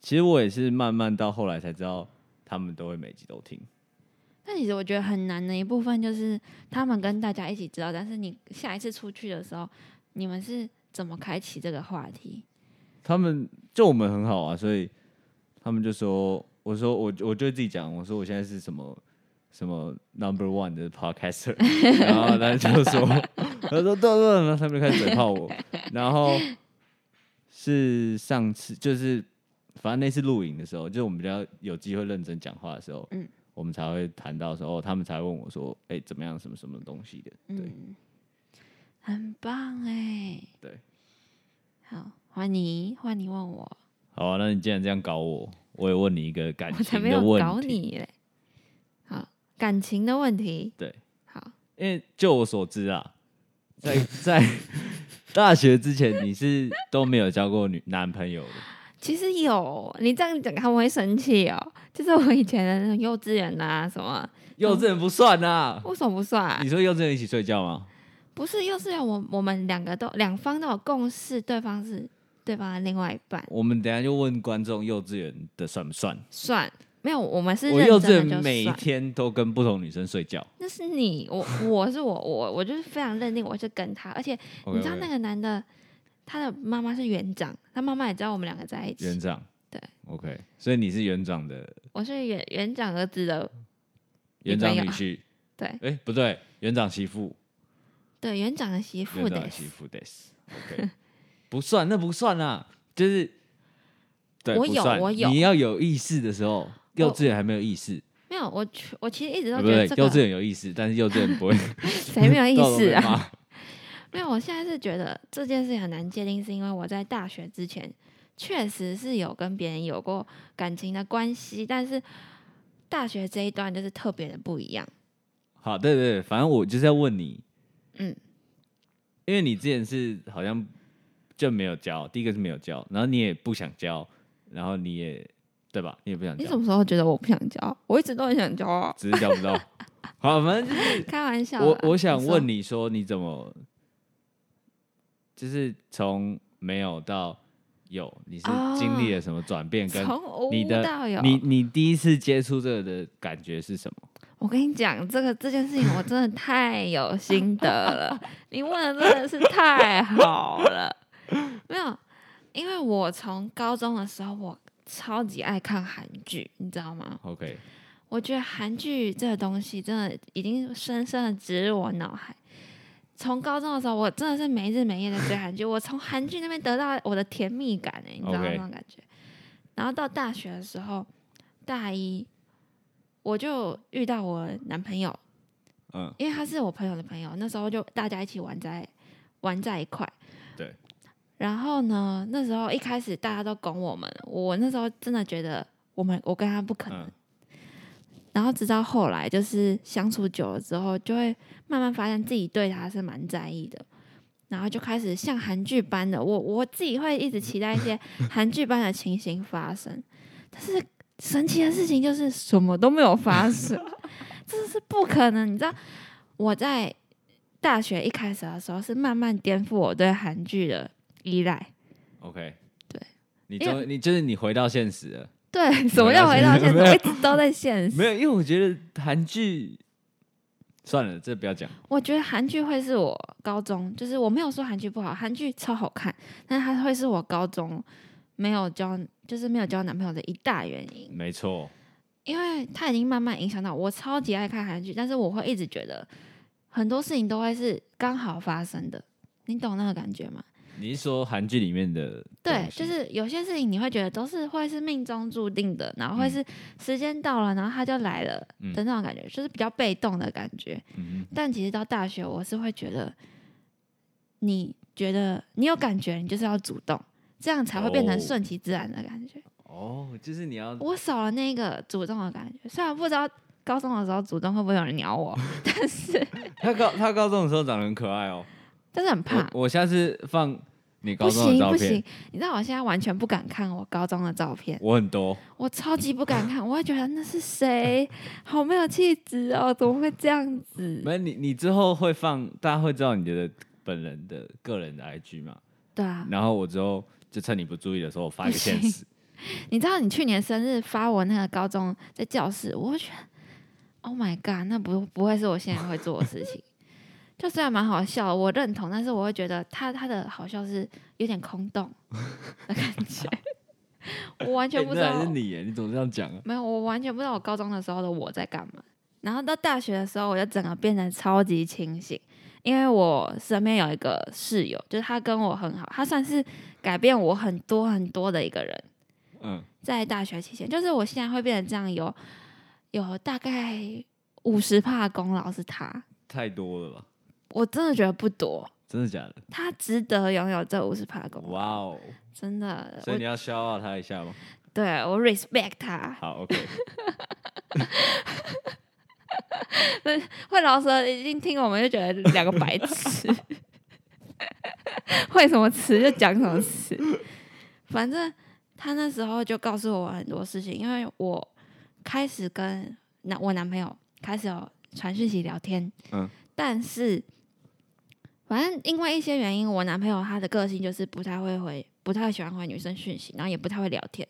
B: 其实我也是慢慢到后来才知道，他们都会每集都听。
A: 但其实我觉得很难的一部分就是他们跟大家一起知道，但是你下一次出去的时候，你们是怎么开启这个话题？
B: 他们就我们很好啊，所以他们就说，我说我我就自己讲，我说我现在是什么什么 number one 的 podcaster，然 后他就说，他说对对，然后他们就开始嘴炮我，然后是上次就是反正那次录影的时候，就是我们比较有机会认真讲话的时候，
A: 嗯
B: 我们才会谈到说，哦，他们才问我说，哎、怎么样，什么什么东西的，对，
A: 嗯，很棒哎、
B: 对，
A: 好，换你，换你问我，
B: 好啊，那你既然这样搞我，我也问你一个感
A: 我才
B: 情
A: 没
B: 的
A: 有
B: 问
A: 搞
B: 题，
A: 你嘞。好，感情的问题，
B: 对。
A: 好，
B: 因为就我所知啊，在在大学之前，你是都没有交过女男朋友的。
A: 其实有你这样讲，他们会生气哦。就是我以前的那种幼稚园啊，什么
B: 幼稚园不算啊，
A: 为什么不算、啊？
B: 你说幼稚园一起睡觉吗？
A: 不是，又是要我我们两个都两方都有共识，对方是对方的另外一半，
B: 我们等一下就问观众幼稚园的算不算？
A: 算没有，我们是
B: 我
A: 认
B: 幼稚
A: 真的
B: 园
A: 就
B: 每
A: 算。
B: 天都跟不同女生睡觉。
A: 那是你，我我是我我我就是非常认定我是跟他，而且你
B: OK，
A: 知道那个男的，他的妈妈是园长，他妈妈也知道我们两个在一
B: 园
A: 起，
B: 长
A: 对
B: ，OK，所以你是园长的
A: 我是园园长儿子的，
B: 园长
A: 女
B: 女
A: 朋友啊
B: 婿，
A: 对
B: 哎、不对，园长媳妇，
A: 对，园长的媳妇
B: 园
A: 的
B: 长，媳妇 des，OK，不算，那不算啊，就是 对，
A: 我
B: 不
A: 有
B: 算
A: 我有
B: 你要有意识的时候，幼
A: 我
B: 稚园还没有意识，
A: 没有我去我其实一直
B: 呃
A: 都
B: 不
A: 觉得
B: 对
A: 这，
B: 幼稚
A: 个
B: 园有意识，但是幼稚园不会
A: 谁没有意
B: 到处
A: 思
B: 被
A: 啊？
B: 骂
A: 没有，我现在是觉得这件事情很难界定，是因为我在大学之前确实是有跟别人有过感情的关系，但是大学这一段就是特别的不一样。
B: 好，对对，对反正我就是要问你，
A: 嗯，
B: 因为你之前是好像就没有教，第一个是没有教，然后你也不想教，然后你也对吧？你也不想
A: 你什
B: 教，
A: 么时候觉得我不想交？我一直都很想交啊，
B: 只是教 不到。好，反正就是
A: 开玩笑啦。
B: 我我想问
A: 你
B: 你说，你怎么就是从没有到有，你是经历了什么转变？
A: 说，
B: 跟
A: 哦从无
B: 你的
A: 到有，
B: 你你第一次接触这个的感觉是什么？
A: 我跟你讲，这个这件事情我真的太有心得了，你问的真的是太好了。没有，因为我从高中的时候，我超级爱看韩剧，你知道吗？
B: OK，
A: 我觉得韩剧这个东西真的已经深深的植入我脑海。从高中的时候，我真的是没日没夜的追韩剧，我从韩剧那边得到我的甜蜜感哎、你知道吗
B: OK
A: 那种感觉。然后到大学的时候，大一我就遇到我男朋友，
B: 嗯，
A: 因为他是我朋友的朋友，那时候就大家一起玩在玩在一块。
B: 对。
A: 然后呢，那时候一开始大家都拱我们，我那时候真的觉得我们我跟他不可能。
B: 嗯
A: 然后直到后来就是相处久了之后，就会慢慢发现自己对他是蛮在意的，然后就开始像韩剧般的我我自己会一直期待一些韩剧般的情形发生，但是神奇的事情就是什么都没有发生， 这是不可能。你知道我在大学一开始的时候是慢慢颠覆我对韩剧的依赖，
B: ，OK，
A: 对，
B: 你
A: 因为
B: 终于你就是你回到现实了，
A: 对，什么叫回到现实？
B: 没有
A: 我一直都在现实，
B: 没有？因为我觉得韩剧算了，这不要讲。
A: 我觉得韩剧会是我高中，就是我没有说韩剧不好，韩剧超好看，但是它会是我高中没有交，就是没有交男朋友的一大原因，
B: 没错，
A: 因为它已经慢慢影响到我。我超级爱看韩剧，但是我会一直觉得很多事情都会是刚好发生的，你懂那个感觉吗？
B: 你是说韩剧里面的
A: 对
B: 东，西
A: 就是有些事情你会觉得都是会是命中注定的，然后会
B: 嗯
A: 是时间到了，然后它就来了
B: 嗯
A: 的那种感觉，就是比较被动的感觉。
B: 嗯
A: 但其实到大学，我是会觉得，你觉得你有感觉，你就是要主动，这样才会变成
B: 哦
A: 顺其自然的感觉。
B: 哦，就是你要
A: 我少了那个主动的感觉，虽然不知道高中的时候主动会不会有人鸟我， 但是
B: 他高他高中的时候长得很可爱哦，
A: 但是很怕。
B: 我我下次放你高
A: 不
B: 中的
A: 行
B: 照
A: 不
B: 片
A: 行，，你知道我现在完全不敢看我高中的照片，
B: 我很多，
A: 我超级不敢看，我会觉得那是谁，好没有气质哦，怎么会这样子？
B: 没你你之后会放，大家会知道你的本人的个人的 IG 嘛？
A: 对啊，
B: 然后我之后就趁你不注意的时候，我发一个现
A: 不
B: 实，
A: 你知道你去年生日发我那个高中在教室，我觉得 Oh my God，那不不会是我现在会做的事情。 就虽然蛮好笑的，我认同，但是我会觉得他他的好笑是有点空洞的感觉。 我完全
B: 欸
A: 不知
B: 那
A: 道，
B: 还是你耶？你怎么这样讲啊？
A: 没有，我完全不知道我高中的时候的我在干嘛。然后到大学的时候，我就整个变得超级清醒，因为我身边有一个室友，就是他跟我很好，他算是改变我很多很多的一个人。
B: 嗯，
A: 在大学期间，就是我现在会变成这样，有有大概五十帕功劳是他，
B: 太多了吧？
A: 我真的觉得不多，
B: 真的假的？
A: 他值得拥有这五十帕功劳，
B: 哇哦！
A: 真的，
B: 所以
A: 我
B: 你要消耗他一下吗？
A: 对我 respect 他，
B: 好，OK，
A: 会饶舌已经听我们就觉得两个白痴， 会什么词就讲什么词。反正他那时候就告诉我很多事情，因为我开始跟男我男朋友开始有传讯息聊天，
B: 嗯，
A: 但是反正因为一些原因，我男朋友他的个性就是不太会回，不太喜欢回女生讯息，然后也不太会聊天，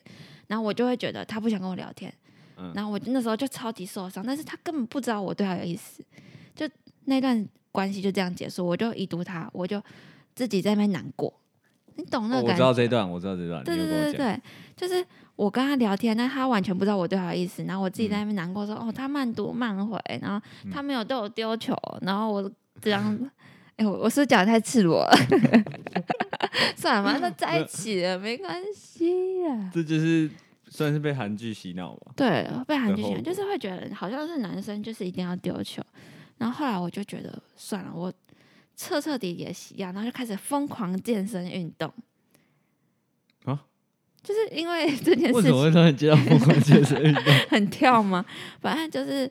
A: 然后我就会觉得他不想跟我聊天，
B: 嗯
A: 然后我就那时候就超级受伤，但是他根本不知道我对他有意思，就那段关系就这样结束，我就已读他，我就自己在那边难过，你懂 那
B: 哦
A: 个
B: 我
A: 感
B: 知
A: 觉？
B: 道这一段，我知道这一段，
A: 对
B: 你
A: 对
B: 有跟
A: 对
B: 我
A: 对
B: 讲。
A: 对，就是我跟他聊天，但他完全不知道我对他的意思，然后我自己在
B: 嗯
A: 那边难过说，哦，他慢读慢回，然后他没有对我丢球，然后我这样， 哎、我我是不是讲得太赤裸了， 算了嘛，那在一起了没关系啊。
B: 这就是算是被韩剧洗脑吧？
A: 对，被韩
B: 的
A: 剧
B: 后
A: 选，就
B: 果
A: 是会觉得好像是男生就是一定要丢球，然后后来我就觉得算了，我彻彻底底的洗掉，然后就开始疯狂健身运动。
B: 啊，
A: 就是因为这件
B: 为
A: 事
B: 什
A: 情
B: 么会突然接到疯狂健身运动？
A: 很跳吗？ 反正就是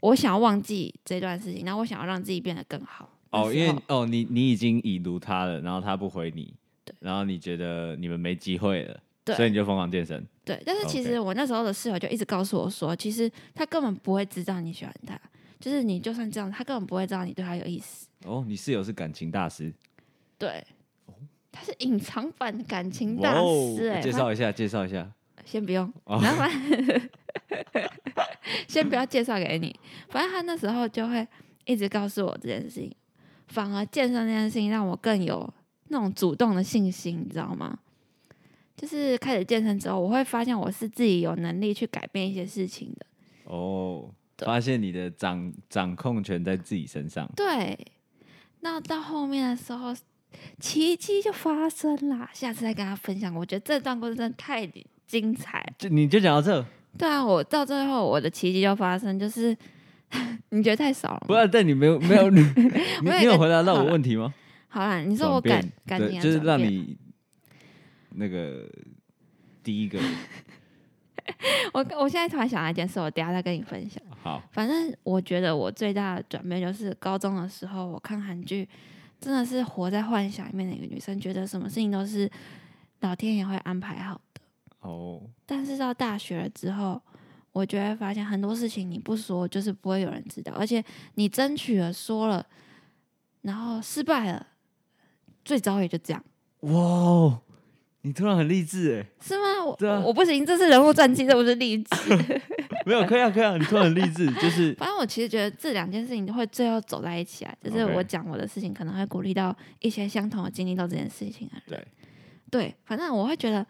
A: 我想要忘记这段事情，然后我想要让自己变得更好。那
B: 哦，
A: 时
B: 因
A: 候
B: 为哦，你你已经已读他了，然后他不回你，然后你觉得你们没机会了，
A: 对
B: 所以你就疯狂健身。
A: 对，但是其
B: OK
A: 实我那时候的室友就一直告诉我说，其实他根本不会知道你喜欢他，就是你就算这样，他根本不会知道你对他有意思。
B: 哦，你室友是感情大师，
A: 对，他是隐藏版的感情
B: 哦哇
A: 大
B: 哦
A: 师哎、
B: 介绍一下，介绍一下。
A: 他先不用，
B: 哦
A: 然后 他先不要介绍给你。反正他那时候就会一直告诉我这件事情，反而健身这件事情让我更有那种主动的信心，你知道吗？就是开始健身之后，我会发现我是自己有能力去改变一些事情的。
B: 哦，
A: 对
B: 发现你的掌掌控权在自己身上。
A: 对，那到后面的时候，奇迹就发生啦。下次再跟他分享，我觉得这段故事真的太精彩了。
B: 就你就讲到这，
A: 对啊，我到最后我的奇迹就发生，就是 你觉得太少了吗？
B: 不要，但你 没有没有你你
A: 我有一
B: 你有
A: 个
B: 回答到
A: 好
B: 我
A: 了
B: 问题吗？
A: 好啦，你说
B: 转
A: 我
B: 变
A: 感感
B: 对
A: 情的
B: 就是
A: 转
B: 让
A: 变，
B: 你那个第一个
A: 我我现在突然想到一件事，我等一下再跟你分享。
B: 好，
A: 反正我觉得我最大的转变就是高中的时候，我看韩剧，真的是活在幻想里面的一个女生，觉得什么事情都是老天爷会安排好的。
B: 哦，
A: 但是到大学了之后，我就会发现很多事情你不说，就是不会有人知道，而且你争取了说了，然后失败了，最糟也就这样。
B: 哇哦，你突然很励志哎，
A: 是吗？我
B: 对啊
A: 我不行，这是人物传记，这不是励志。
B: 没有，可以啊，可以啊，你突然很励志， 就 是
A: 反正我其实觉得这两件事情会最后走在一起啊，就是
B: OK
A: 我讲我的事情，可能会鼓励到一些相同的经历到这件事情的人。
B: 对。
A: 对，反正我会觉得，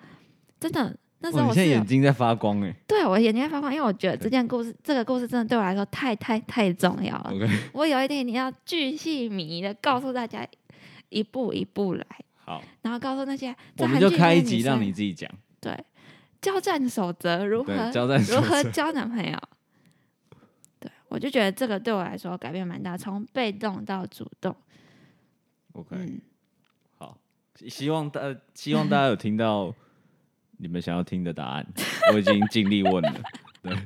A: 真的那时
B: 哇，
A: 候
B: 你
A: 我
B: 现在
A: 是有
B: 眼睛在发光 哎
A: 对我眼睛在发光，因为我觉得这件故事，这个故事真的对我来说太太太重要了。
B: ，OK，
A: 我有一天一定要巨细靡遗的告诉大家，一步一步来，
B: 好，
A: 然后告诉那些在
B: 我
A: 韩
B: 们
A: 剧
B: 就
A: 里
B: 开一
A: 面的
B: 集
A: 女
B: 让
A: 生
B: 你自己讲，
A: 对交战守则如何
B: 对，交战
A: 如何
B: 手册
A: 交男朋友？对，我就觉得这个对我来说改变蛮大，从被动到主动。
B: ，OK，
A: 嗯，
B: 好，希希望大希望大家有听到你们想要听的答案，我已经尽力问了。对，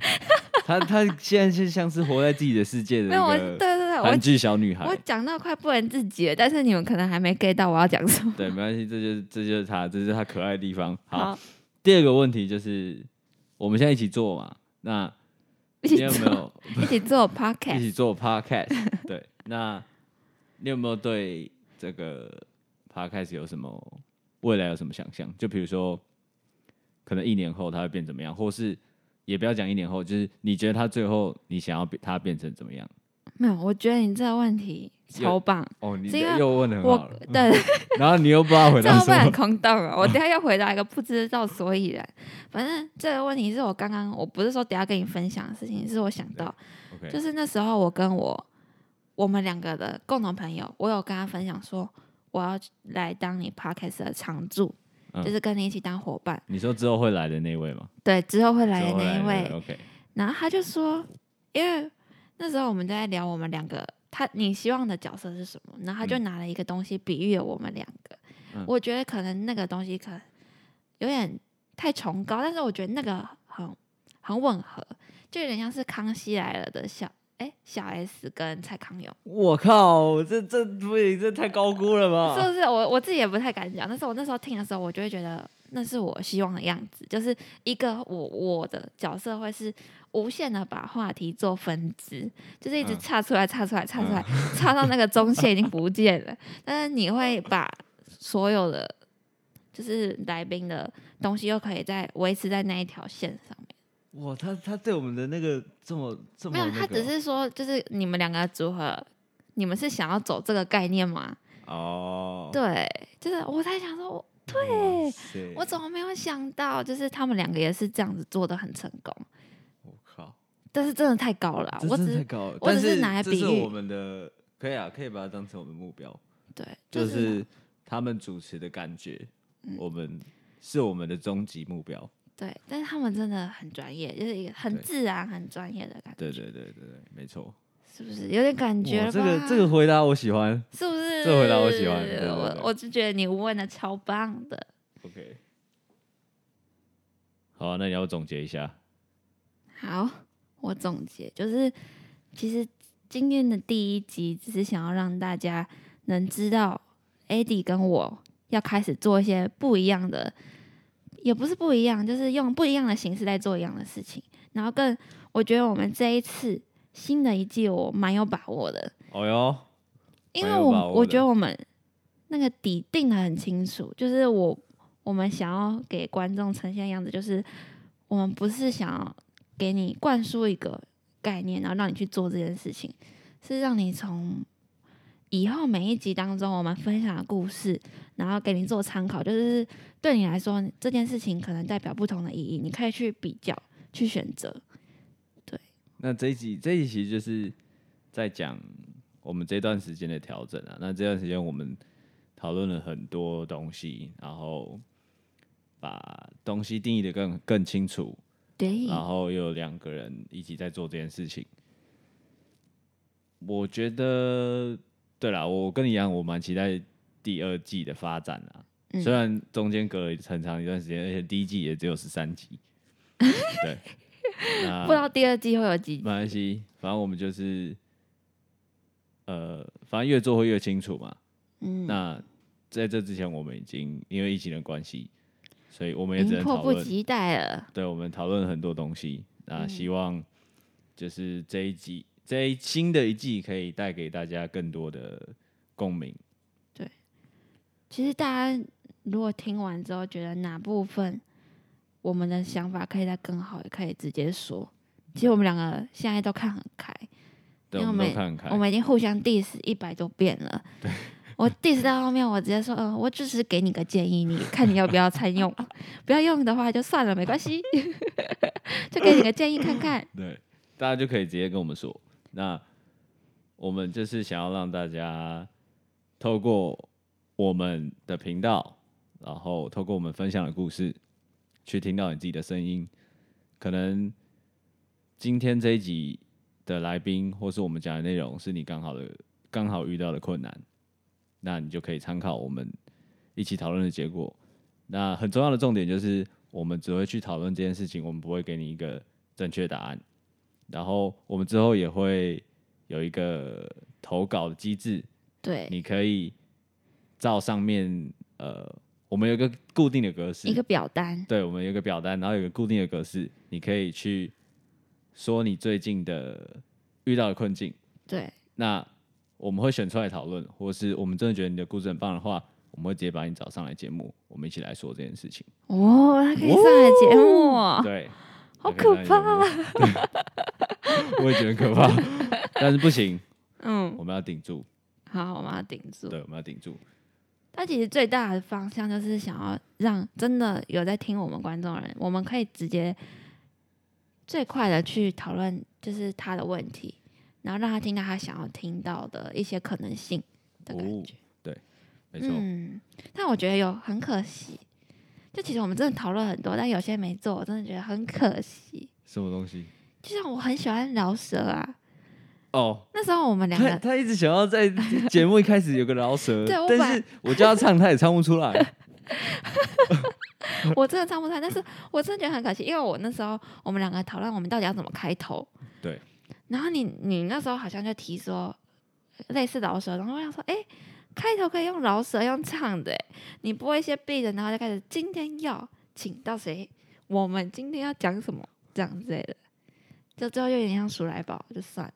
B: 她她现在就像是活在自己的世界的
A: 没有我，对
B: 一个
A: 对对，
B: 韩
A: 我
B: 剧小女
A: 我
B: 孩。
A: 讲到快不能自己了，但是你们可能还没 get 到我要讲什么。
B: 对，没关系，这就是这就是她，这是她可爱的地方。好，
A: 好，
B: 第二个问题就是我们现在一起做嘛，那
A: 一
B: 你
A: 起
B: 有没
A: 做
B: 有
A: 一起做
B: 一
A: podcast，
B: 起做 podcast？对，那你有没有对这个 podcast 有什么未来有什么想象？就比如说，可能一年后它会变怎么样，或是也不要讲一年后，就是你觉得它最后你想要变它变成怎么样？
A: 没有，我觉得你这个问题超棒，
B: 哦，你
A: 是因为
B: 又问得很
A: 我
B: 好了，
A: 对。
B: 然后你又不知道 回
A: 这
B: 答
A: 后面
B: 什
A: 很
B: 么。
A: 空洞 哦，我等一下要回答一个不知道所以然。反正这个问题是我刚刚，我不是说等一下跟你分享的事情，是我想到，就
B: OK，
A: 是那时候我跟我我们两个的共同朋友，我有跟他分享说我要来当你 podcast 的常驻，
B: 嗯
A: 就是跟你一起当伙伴，
B: 你说之后会来的那位吗？
A: 对，之后会
B: 之
A: 来的
B: 后会
A: 那
B: 来
A: 一
B: 的
A: 位。
B: OK，
A: 然后他就说，因为那时候我们在聊我们两个，他你希望的角色是什么？然后他就
B: 嗯
A: 拿了一个东西比喻了我们两个。
B: 嗯
A: 我觉得可能那个东西可能有点太崇高，但是我觉得那个很很吻合，就有点像是《康熙来了》的小哎小 S 跟蔡康永，
B: 我靠，这这不行，这太高估了吧？
A: 是不是？我我自己也不太敢讲，但是我那时候听的时候，我就会觉得。那是我希望的样子，就是一个我我的角色会是无限的把话题做分支，就是一直
B: 嗯
A: 岔出来、岔出来、岔出来， 岔到那个中线已经不见了。但是你会把所有的就是来宾的东西，又可以在维持在那一条线上面。
B: 哇，他他对我们的那个这么这么
A: 没有，
B: 那
A: 他
B: 个
A: 只是说，就是你们两个组合，你们是想要走这个概念吗？
B: 哦，
A: 对，就是我在想说，我
B: 对，塞
A: 我怎么没有想到，就是他们两个也是这样子做的很成功，
B: 我靠，
A: 但是真的太高了啊、
B: 这
A: 我
B: 真的
A: 只
B: 太
A: 是
B: 高了，
A: 我
B: 但
A: 只是
B: 是
A: 拿来
B: 这
A: 比
B: 是
A: 喻
B: 我们的，可以啊，可以把它当成我们的目标，
A: 对，
B: 就
A: 就是嗯
B: 是他们主持的感觉，我们是我们的终极目标。
A: 对，但是他们真的很专业，就是一个很
B: 对
A: 自然、很专业的感觉，
B: 对对对对对，没错。
A: 是不是有点感觉
B: 哇
A: 了
B: 这个
A: 吧
B: 这个回答我喜欢。
A: 是不是？
B: 这回答我喜欢对对对
A: 我我就觉得你问的超棒的。
B: OK，好啊，那你要总结一下。
A: 好，我总结就是，其实今天的第一集只是想要让大家能知道 Eddie 跟我要开始做一些不一样的，也不是不一样，就是用不一样的形式在做一样的事情。然后更，我觉得我们这一次新的一季我蛮有把握的，
B: 哦哟，
A: 因
B: 蛮
A: 为
B: 有把
A: 我
B: 握
A: 我
B: 的
A: 觉得我们那个底定的很清楚，就是我我们想要给观众呈现的样子，就是我们不是想要给你灌输一个概念，然后让你去做这件事情，是让你从以后每一集当中我们分享的故事，然后给你做参考，就是对你来说这件事情可能代表不同的意义，你可以去比较去选择。
B: 那这一集这一集就是在讲我们这段时间的调整啊。那这段时间我们讨论了很多东西，然后把东西定义的更更清楚，
A: 对，
B: 然后又有两个人一起在做这件事情。我觉得，对啦，我跟你一样，我蛮期待第二季的发展啊。
A: 嗯
B: 虽然中间隔了很长一段时间，而且第一季也只有十 三集，对，那
A: 不知道第二季会有几集
B: 没关系，反正我们就是，呃，反正越做会越清楚嘛。
A: 嗯，
B: 那在这之前，我们已经因为疫情的关系，所以我们也只
A: 已经
B: 能
A: 迫
B: 讨
A: 不
B: 论，
A: 及嗯待了。
B: 对，我们讨论了很多东西。那希望就是这一季，这一新的一季可以带给大家更多的共鸣。
A: 其实大家如果听完之后觉得哪部分我们的想法可以再更好，也可以直接说。其实我们两个现在都看很开，
B: 对，
A: 因为我
B: 我们
A: 们
B: 都看开
A: 我。们已经互相 diss 一百多遍了。我 diss 到后面，我直接说，嗯、我只是给你个建议，你看你要不要参 用，不要用的话就算了，没关系， 就给你个建议看看。
B: 对，大家就可以直接跟我们说。那我们就是想要让大家透过我们的频道，然后透过我们分享的故事，去听到你自己的声音。可能今天这一集的来宾，或是我们讲的内容，是你刚好的刚好遇到的困难，那你就可以参考我们一起讨论的结果。那很重要的重点就是，我们只会去讨论这件事情，我们不会给你一个正确答案。然后我们之后也会有一个投稿的机制，
A: 对，
B: 你可以照上面呃，我们有一个固定的格式
A: 一，个表单，
B: 对，我们有一个表单，然后有一个固定的格式，你可以去说你最近的遇到的困境。
A: 对
B: 那我们会选出来讨论，或是我们真的觉得你的故事很棒的话，我们会直接把你找上来节目，我们一起来说这件事情。
A: 哦，他可以上来节目哦，
B: 对，
A: 好
B: 就
A: 可啊
B: 可以让你有 对我也觉得很可怕， 但是不行，
A: 嗯，
B: 我们要顶住，
A: 好，我们要顶住。
B: 对，我们要顶住，
A: 但其实最大的方向就是想要让真的有在听我们观众的人，我们可以直接最快的去讨论，就是他的问题，然后让他听到他想要听到的一些可能性的感觉。
B: 哦没错，
A: 嗯，但我觉得有很可惜，就其实我们真的讨论很多，但有些没做，我真的觉得很可惜。
B: 什么东西？
A: 就像我很喜欢饶舌啊，
B: 哦，
A: 那时候我们两
B: 他
A: 个
B: 他一直想要在节目一开始有个饶 舌，
A: 对我本
B: 但
A: 来
B: 是我叫他唱，他也唱不出来。
A: 我真的唱不出来，但是我真的觉得很可惜，因为我那时候我们两个讨论我们到底要怎么开头。
B: 嗯对。
A: 然后你你那时候好像就提说类似饶舌，然后我想说，哎、开头可以用饶舌用唱的，诶你播一些 beat，然后就开始今天要请到谁，我们今天要讲什么这样之类的，就最后有点像鼠来宝，就算了。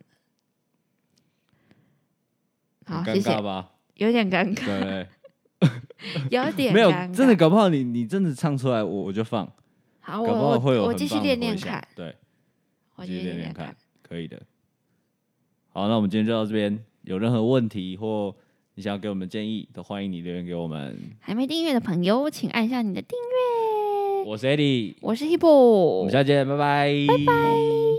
A: 好，
B: 很
A: 谢
B: 尴尬
A: 谢，
B: 吧？
A: 有点尴 尬，
B: 对不对，
A: 有点
B: 没有
A: 尴尬
B: 真的，搞不好你你真的唱出来，我我就放，
A: 好，哦
B: 搞
A: 我
B: 不好会有
A: 我我
B: 很
A: 继续
B: 棒的
A: 练
B: 回
A: 练
B: 响
A: 看，，
B: 对，
A: 我继
B: 继
A: 续
B: 续练
A: 练练
B: 练
A: 看
B: 看。，可以的。好，那我们今天就到这边，有任何问题或你想要给我们建议，都欢迎你留言给我们。
A: 还没订阅的朋友，请按下你的订阅。
B: 我是 Eddie，
A: 我是 Hippo，
B: 我们下期见，拜拜，拜拜。